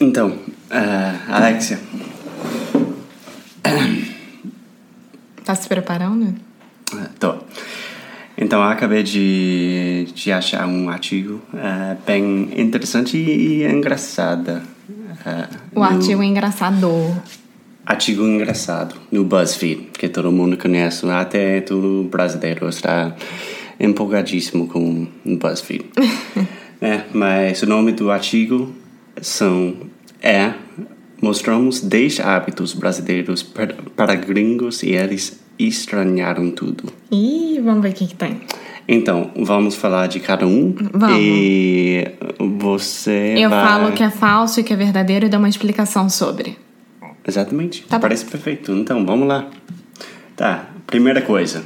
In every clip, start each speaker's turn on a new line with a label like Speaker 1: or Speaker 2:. Speaker 1: Então, ah, Alexia,
Speaker 2: Tá se preparando?
Speaker 1: ah, tô. Então, eu acabei de, de achar um artigo ah, bem interessante e engraçado. ah,
Speaker 2: O artigo é engraçador.
Speaker 1: Artigo engraçado no BuzzFeed, que todo mundo conhece, até todo brasileiro está empolgadíssimo com o BuzzFeed. é, mas o nome do artigo são é Mostramos 10 hábitos brasileiros para, para gringos e eles estranharam tudo.
Speaker 2: Ih, vamos ver o que, que tem.
Speaker 1: Então, vamos falar de cada um.
Speaker 2: Vamos.
Speaker 1: E você
Speaker 2: Eu
Speaker 1: vai...
Speaker 2: falo que é falso e que é verdadeiro e dou uma explicação sobre.
Speaker 1: Exatamente.
Speaker 2: Tá bom.
Speaker 1: Parece perfeito. Então, vamos lá. Tá, primeira coisa.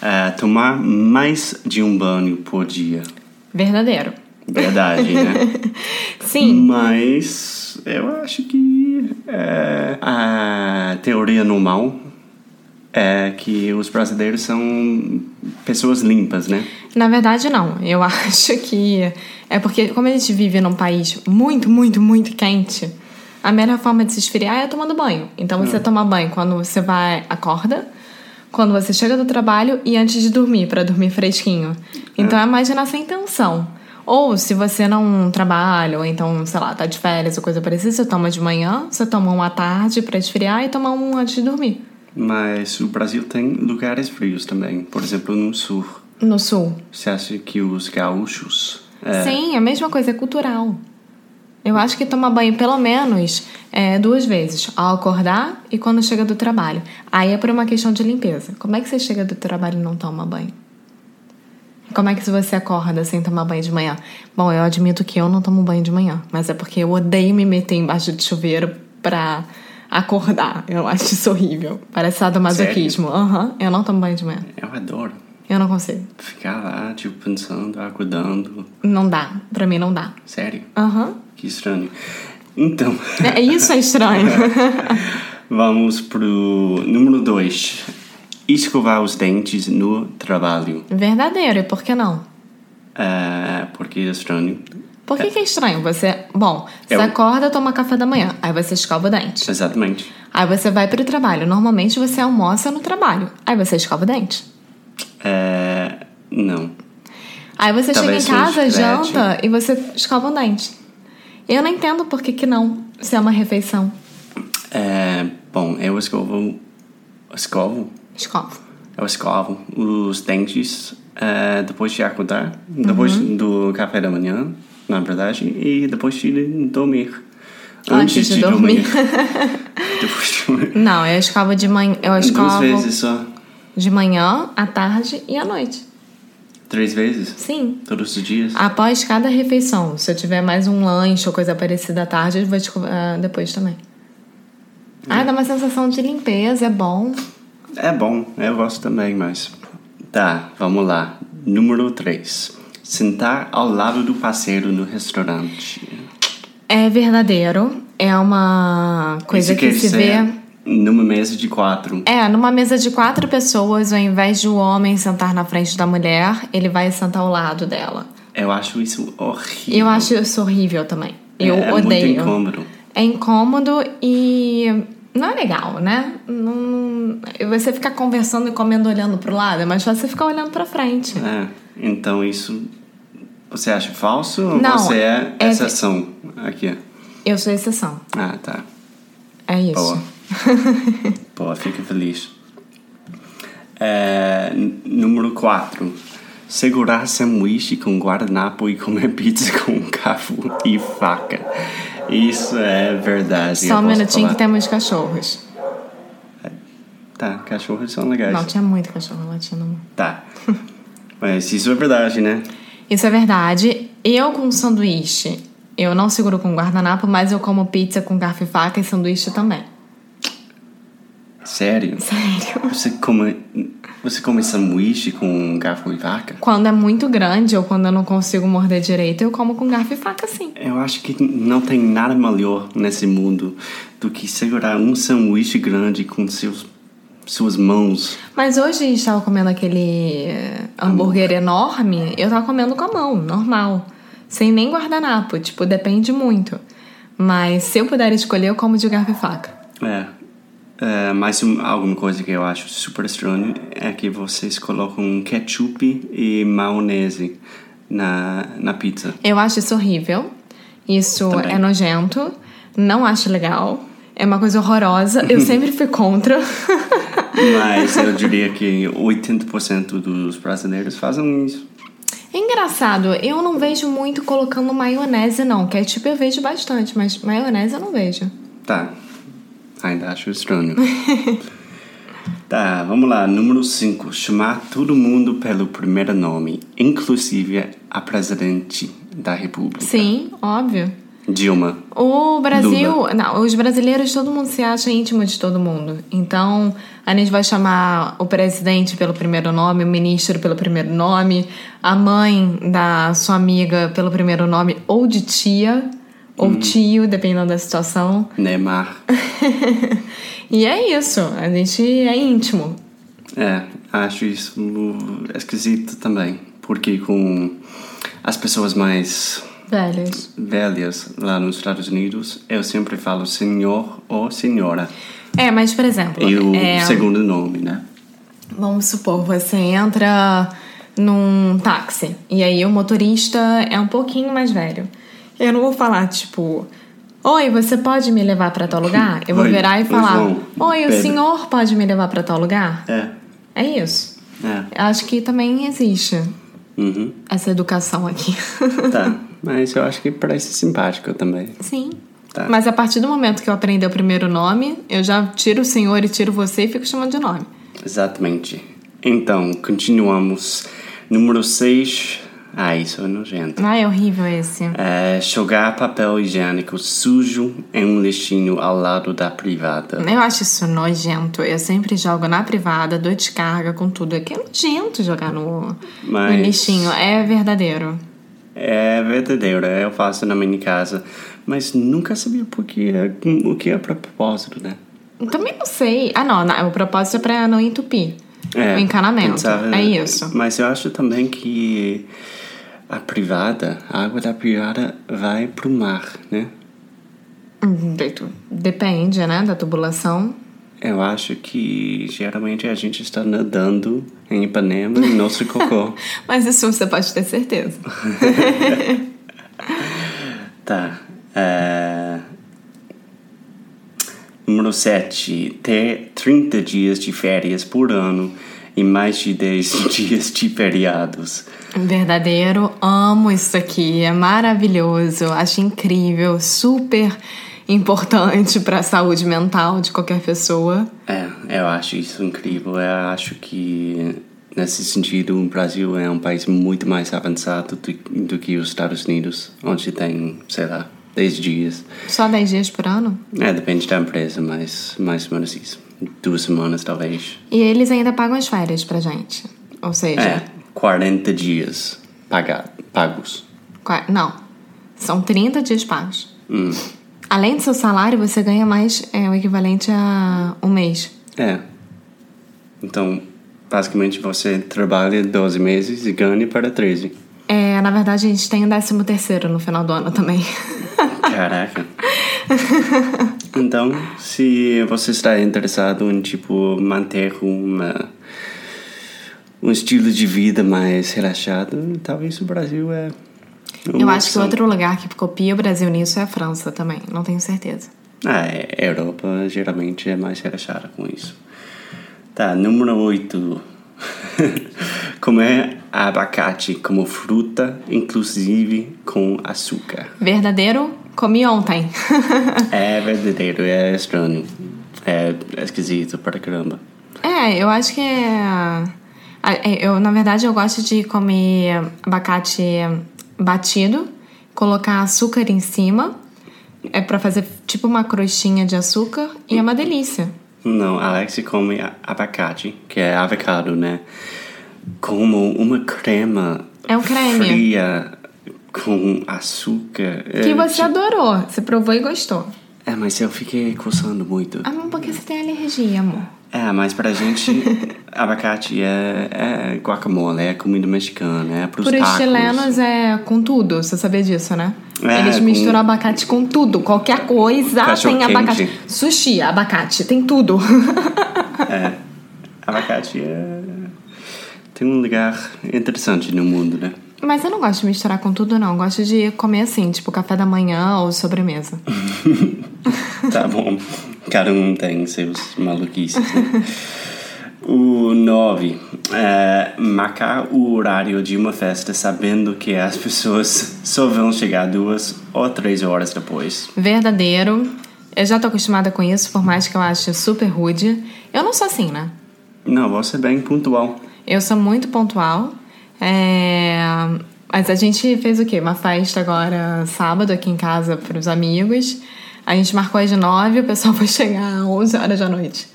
Speaker 1: Ah, tomar mais de um banho por dia.
Speaker 2: Verdadeiro.
Speaker 1: Verdade, né?
Speaker 2: Sim,
Speaker 1: Mas eu acho que é, a teoria normal é que os brasileiros são pessoas limpas, né?
Speaker 2: na verdade não. Eu acho que é porque como a gente vive num país muito, muito, muito quente, a melhor forma de se esfriar é tomando banho. Então você toma banho quando você vai acorda, quando você chega do trabalho e antes de dormir para dormir fresquinho. Então é mais nessa intenção. Ou se você não trabalha, ou então, sei lá, tá de férias ou coisa parecida, você toma de manhã, você toma um à tarde para esfriar e toma um antes de dormir.
Speaker 1: Mas o Brasil tem lugares frios também. Por exemplo, no sul.
Speaker 2: No sul.
Speaker 1: Você acha que os gaúchos
Speaker 2: Sim, a mesma coisa, é cultural. Eu acho que tomar banho pelo menos é, duas vezes, ao acordar e quando chega do trabalho. Aí é por uma questão de limpeza. Como é que você chega do trabalho e não toma banho? Como é que se você acorda sem tomar banho de manhã? Bom, eu admito que eu não tomo banho de manhã, mas é porque eu odeio me meter embaixo de chuveiro pra acordar. Eu acho isso horrível. Parece sadomasoquismo. Aham, eu não tomo banho de manhã.
Speaker 1: Eu adoro
Speaker 2: Eu não consigo.
Speaker 1: ficar lá, tipo, pensando, acordando.
Speaker 2: Não dá. Pra mim não dá.
Speaker 1: Sério,
Speaker 2: Aham.
Speaker 1: que estranho. Então,
Speaker 2: É, isso é estranho.
Speaker 1: vamos pro número 2. Escovar os dentes no trabalho.
Speaker 2: Verdadeiro, e por que não?
Speaker 1: É, porque é estranho.
Speaker 2: Por que, que é estranho? Você, bom, você
Speaker 1: Eu-
Speaker 2: acorda, toma café da manhã, aí você escova o dente.
Speaker 1: Exatamente.
Speaker 2: Aí você vai pro trabalho. Normalmente você almoça no trabalho, aí você escova o dente.
Speaker 1: É, não.
Speaker 2: Aí você
Speaker 1: Talvez
Speaker 2: chega em casa,
Speaker 1: seja um diferente.
Speaker 2: janta e você escova o dente. Eu não entendo por que, que não, se é uma refeição.
Speaker 1: É, bom, eu escovo. Escovo?
Speaker 2: Escovo.
Speaker 1: Eu escovo os dentes é, depois de acordar, depois
Speaker 2: Uhum.
Speaker 1: do café da manhã, na verdade, e depois de dormir.
Speaker 2: Antes de dormir.
Speaker 1: depois de dormir.
Speaker 2: Não, eu escovo de manhã. Eu
Speaker 1: Duas
Speaker 2: escovo
Speaker 1: vezes só.
Speaker 2: de manhã, à tarde e à noite.
Speaker 1: Três vezes?
Speaker 2: Sim. Ah.
Speaker 1: Todos os dias?
Speaker 2: Após cada refeição. Se eu tiver mais um lanche ou coisa parecida à tarde, eu vou te, depois também. Ah, dá uma sensação de limpeza, é bom.
Speaker 1: É bom, eu gosto também, mas. Tá, vamos lá. Número 3. Sentar ao lado do parceiro no restaurante.
Speaker 2: É verdadeiro. É uma
Speaker 1: Isso
Speaker 2: coisa é
Speaker 1: é.
Speaker 2: que
Speaker 1: quer
Speaker 2: se
Speaker 1: dizer,
Speaker 2: vê.
Speaker 1: Numa mesa de quatro.
Speaker 2: É, numa mesa de quatro pessoas, ao invés de o homem sentar na frente da mulher, ele vai sentar ao lado dela.
Speaker 1: Eu acho isso horrível.
Speaker 2: Eu acho isso horrível também. Eu
Speaker 1: é, É muito
Speaker 2: odeio.
Speaker 1: incômodo.
Speaker 2: é incômodo e não é legal, né? Não... Você ficar conversando e comendo olhando pro lado, é mais fácil você ficar olhando pra frente. né?
Speaker 1: É, então isso. Você acha falso ou
Speaker 2: Não,
Speaker 1: você é,
Speaker 2: é-
Speaker 1: exceção? Aqui.
Speaker 2: Eu sou exceção.
Speaker 1: Ah, tá.
Speaker 2: É isso.
Speaker 1: Boa. Boa, fica feliz. É, É, n- número 4. Segurar sanduíche com guardanapo e comer pizza com garfo e faca. Isso é verdade. eu
Speaker 2: Só um
Speaker 1: posso
Speaker 2: minutinho
Speaker 1: falar.
Speaker 2: que temos cachorros.
Speaker 1: Tá, cachorros são legais.
Speaker 2: Não, tinha muito cachorro latindo.
Speaker 1: Tá. Mas isso é verdade, né?
Speaker 2: Isso é verdade. Eu com sanduíche, eu não seguro com guardanapo, mas eu como pizza com garfo e faca e sanduíche também.
Speaker 1: Sério?
Speaker 2: Sério?
Speaker 1: Você come, você come sanduíche com garfo e faca?
Speaker 2: Quando é muito grande ou quando eu não consigo morder direito, eu como com garfo e faca, sim.
Speaker 1: Eu acho que não tem nada melhor nesse mundo do que segurar um sanduíche grande com seus, suas mãos.
Speaker 2: Mas hoje a gente tava comendo aquele eh, hambúrguer enorme, eu tava comendo com a mão, normal. Sem nem guardanapo, tipo, depende muito. Mas se eu puder escolher, eu como de garfo e faca.
Speaker 1: É. É, mas um, alguma coisa que eu acho super estranho é que vocês colocam um ketchup e maionese na, na pizza.
Speaker 2: Eu acho isso horrível. Isso
Speaker 1: Também.
Speaker 2: é nojento. Não acho legal. É uma coisa horrorosa. Eu sempre fui contra.
Speaker 1: Mas eu diria que 80% dos brasileiros fazem isso.
Speaker 2: É engraçado, eu não vejo muito colocando maionese, não. Ketchup eu vejo bastante, mas maionese eu não vejo.
Speaker 1: Tá. Ainda acho estranho. tá, vamos lá. Número 5. Chamar todo mundo pelo primeiro nome, inclusive a presidente da República.
Speaker 2: Sim, óbvio.
Speaker 1: Dilma.
Speaker 2: O Brasil. Não, os brasileiros, todo mundo se acha íntimo de todo mundo. Então, a gente vai chamar o presidente pelo primeiro nome, o ministro pelo primeiro nome, a mãe da sua amiga pelo primeiro nome, ou de tia, ou
Speaker 1: Hum.
Speaker 2: tio, dependendo da situação.
Speaker 1: Neymar.
Speaker 2: E é isso, a gente é íntimo.
Speaker 1: É, acho isso esquisito também. Porque com as pessoas mais
Speaker 2: Velhos.
Speaker 1: velhas lá nos Estados Unidos, eu sempre falo senhor ou senhora.
Speaker 2: É, mas, por exemplo.
Speaker 1: E o
Speaker 2: é,
Speaker 1: segundo nome, né?
Speaker 2: Vamos supor, você entra num táxi e aí o motorista é um pouquinho mais velho. Eu não vou falar tipo, oi, você pode me levar pra tal lugar? Eu vou
Speaker 1: Oi,
Speaker 2: virar e
Speaker 1: oi,
Speaker 2: falar,
Speaker 1: João,
Speaker 2: oi, o
Speaker 1: Pedro."
Speaker 2: senhor pode me levar pra tal lugar?
Speaker 1: É,
Speaker 2: É isso.
Speaker 1: é.
Speaker 2: Acho que também existe
Speaker 1: Uhum.
Speaker 2: essa educação aqui.
Speaker 1: Tá, mas eu acho que parece simpático também.
Speaker 2: Sim.
Speaker 1: Tá.
Speaker 2: Mas a partir do momento que eu aprender o primeiro nome, eu já tiro o senhor e tiro você e fico chamando de nome.
Speaker 1: Exatamente. Então, continuamos. Número 6. Ah, isso é nojento.
Speaker 2: Ah, é horrível esse.
Speaker 1: É jogar papel higiênico sujo em um lixinho ao lado da privada.
Speaker 2: Eu acho isso nojento. Eu sempre jogo na privada, dou descarga com tudo. É que é nojento jogar no,
Speaker 1: Mas-
Speaker 2: no lixinho. É verdadeiro.
Speaker 1: É verdadeiro, eu faço na minha casa. Mas nunca sabia por que é- o que é a propósito, né?
Speaker 2: Eu Também não sei. Ah, não. não, O propósito é pra não entupir
Speaker 1: É,
Speaker 2: o encanamento.
Speaker 1: pensava-
Speaker 2: É isso.
Speaker 1: Mas eu acho também que a privada, a água da privada vai pro mar, né?
Speaker 2: Hum, de- Depende, né? Da tubulação.
Speaker 1: Eu acho que geralmente a gente está nadando em Ipanema e nosso cocô.
Speaker 2: Mas isso você pode ter certeza.
Speaker 1: Tá. é, Número 7. Ter 30 dias de férias por ano e mais de 10 dias de feriados.
Speaker 2: Verdadeiro, amo isso aqui, é maravilhoso, acho incrível, super importante pra saúde mental de qualquer pessoa.
Speaker 1: É, eu acho isso incrível. Eu acho que, nesse sentido, o Brasil é um país muito mais avançado do, do que os Estados Unidos, onde tem, sei lá, 10 dias.
Speaker 2: Só 10 dias por ano?
Speaker 1: É, depende da empresa, mas mais ou menos isso. Duas semanas, talvez.
Speaker 2: E eles ainda pagam as férias pra gente. Ou seja,
Speaker 1: É, 40 dias paga- pagos.
Speaker 2: qua- não. São 30 dias pagos. Além do seu salário, você ganha mais é, o equivalente a um mês.
Speaker 1: É. Então, basicamente, você trabalha 12 meses e ganha para 13.
Speaker 2: É, na verdade, a gente tem o 13 terceiro no final do ano também.
Speaker 1: Caraca. Então, se você está interessado em, tipo, manter uma, um estilo de vida mais relaxado, talvez o Brasil é... uma
Speaker 2: Eu acho que
Speaker 1: opção.
Speaker 2: outro lugar que copia o Brasil nisso é a França também. Não tenho certeza.
Speaker 1: Ah, é, a Europa geralmente é mais relaxada com isso. Tá, número 8. Comer é abacate como fruta, inclusive com açúcar.
Speaker 2: Verdadeiro? Comi ontem.
Speaker 1: É verdadeiro, é estranho. É esquisito para caramba.
Speaker 2: É, eu acho que é. a- é, Eu, na verdade, eu gosto de comer abacate batido, colocar açúcar em cima. É pra fazer tipo uma crostinha de açúcar e é uma delícia.
Speaker 1: Não, Alex come a- abacate, que é avocado, né? Como uma crema.
Speaker 2: É um creme.
Speaker 1: Fria, com açúcar.
Speaker 2: Que
Speaker 1: É,
Speaker 2: você adorou, você provou e gostou.
Speaker 1: É, mas eu fiquei coçando muito.
Speaker 2: Ah, mas porque você tem alergia, amor.
Speaker 1: É, mas pra gente, abacate é, é guacamole, é comida mexicana, é pros
Speaker 2: Por
Speaker 1: tacos.
Speaker 2: chilenos é com tudo, você sabia disso, né?
Speaker 1: É,
Speaker 2: Eles
Speaker 1: com-
Speaker 2: misturam abacate com tudo, qualquer coisa
Speaker 1: Cachorro
Speaker 2: tem abacate.
Speaker 1: quente.
Speaker 2: Sushi, abacate, tem tudo.
Speaker 1: Abacate é... tem um lugar interessante no mundo, né?
Speaker 2: Mas eu não gosto de misturar com tudo, não. Eu gosto de comer assim, tipo café da manhã ou sobremesa.
Speaker 1: Tá bom. Cada um tem seus maluquices. né? O 9. É, marcar o horário de uma festa sabendo que as pessoas só vão chegar duas ou três horas depois.
Speaker 2: Verdadeiro. Eu já tô acostumada com isso, por mais que eu ache super rude. Eu não sou assim, né?
Speaker 1: Não, você é bem pontual.
Speaker 2: Eu sou muito pontual. é, Mas a gente fez o quê? Uma festa agora sábado aqui em casa para os amigos. A gente marcou às 9, o pessoal foi chegar às 11 horas da noite.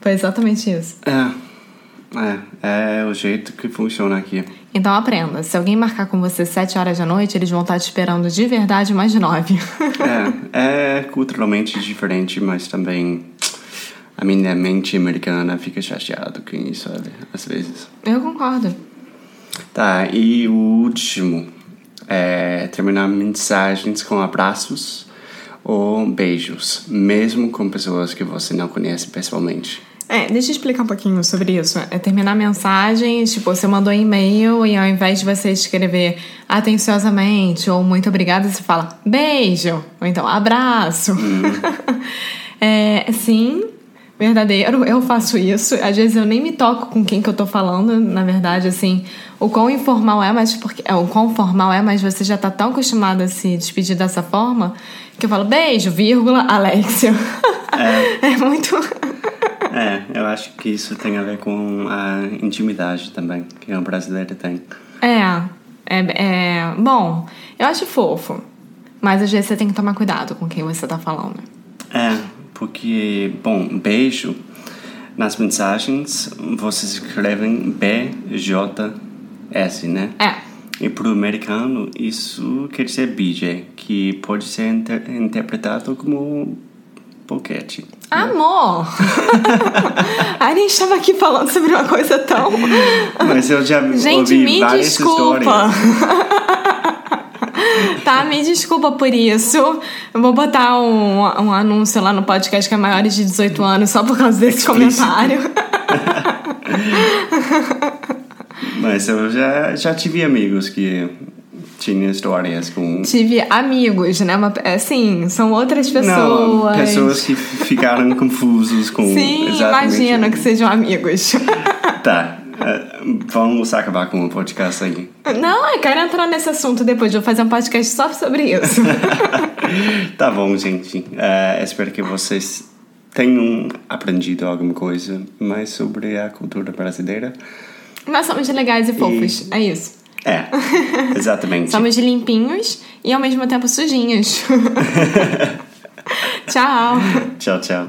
Speaker 2: Foi exatamente isso.
Speaker 1: É, é, é o jeito que funciona aqui.
Speaker 2: Então aprenda, se alguém marcar com você 7 horas da noite, eles vão estar te esperando de verdade mais de 9.
Speaker 1: É, é culturalmente diferente, mas também a minha mente americana fica chateada com isso, sabe? Às vezes.
Speaker 2: Eu concordo.
Speaker 1: Tá, e o último é terminar mensagens com abraços ou beijos, mesmo com pessoas que você não conhece pessoalmente.
Speaker 2: É, deixa eu explicar um pouquinho sobre isso. É terminar mensagens, tipo, você mandou um e-mail e ao invés de você escrever atenciosamente ou muito obrigada, você fala beijo, ou então abraço. É, sim, verdadeiro, eu faço isso. Às vezes eu nem me toco com quem que eu tô falando, na verdade, assim, o quão informal é, mas porque. É, o quão formal é, mas você já tá tão acostumado a se despedir dessa forma que eu falo beijo, vírgula, Alexio. é muito.
Speaker 1: É, eu acho que isso tem a ver com a intimidade também, que o brasileiro tem.
Speaker 2: É, é, é. Bom, eu acho fofo. Mas às vezes você tem que tomar cuidado com quem você tá falando.
Speaker 1: É, porque, bom, beijo, nas mensagens vocês escrevem BJS, né?
Speaker 2: É.
Speaker 1: E pro americano, isso quer dizer BJ, que pode ser inter- interpretado como boquete.
Speaker 2: Amor! a gente estava aqui falando sobre uma coisa tão.
Speaker 1: Mas eu já
Speaker 2: Gente,
Speaker 1: ouvi
Speaker 2: me
Speaker 1: várias
Speaker 2: desculpa!
Speaker 1: histórias.
Speaker 2: tá, me desculpa por isso. Eu vou botar um, um anúncio lá no podcast que é maiores de 18 anos só por causa desse
Speaker 1: Explícito.
Speaker 2: comentário.
Speaker 1: Mas eu já, já tive amigos que tinham histórias com...
Speaker 2: Tive amigos, né? Uma, assim, são outras pessoas.
Speaker 1: Não, pessoas que ficaram confusos com...
Speaker 2: Sim,
Speaker 1: exatamente-
Speaker 2: imagino que sejam amigos.
Speaker 1: Tá, eh, vamos acabar com o podcast aí.
Speaker 2: Não, eu quero entrar nesse assunto depois. Vou fazer um podcast só sobre isso.
Speaker 1: Tá bom, gente. Eh, espero que vocês tenham aprendido alguma coisa mais sobre a cultura brasileira.
Speaker 2: Nós somos legais e fofos. É isso.
Speaker 1: É, exatamente.
Speaker 2: Somos limpinhos e ao mesmo tempo sujinhos. Tchau.
Speaker 1: Tchau, tchau.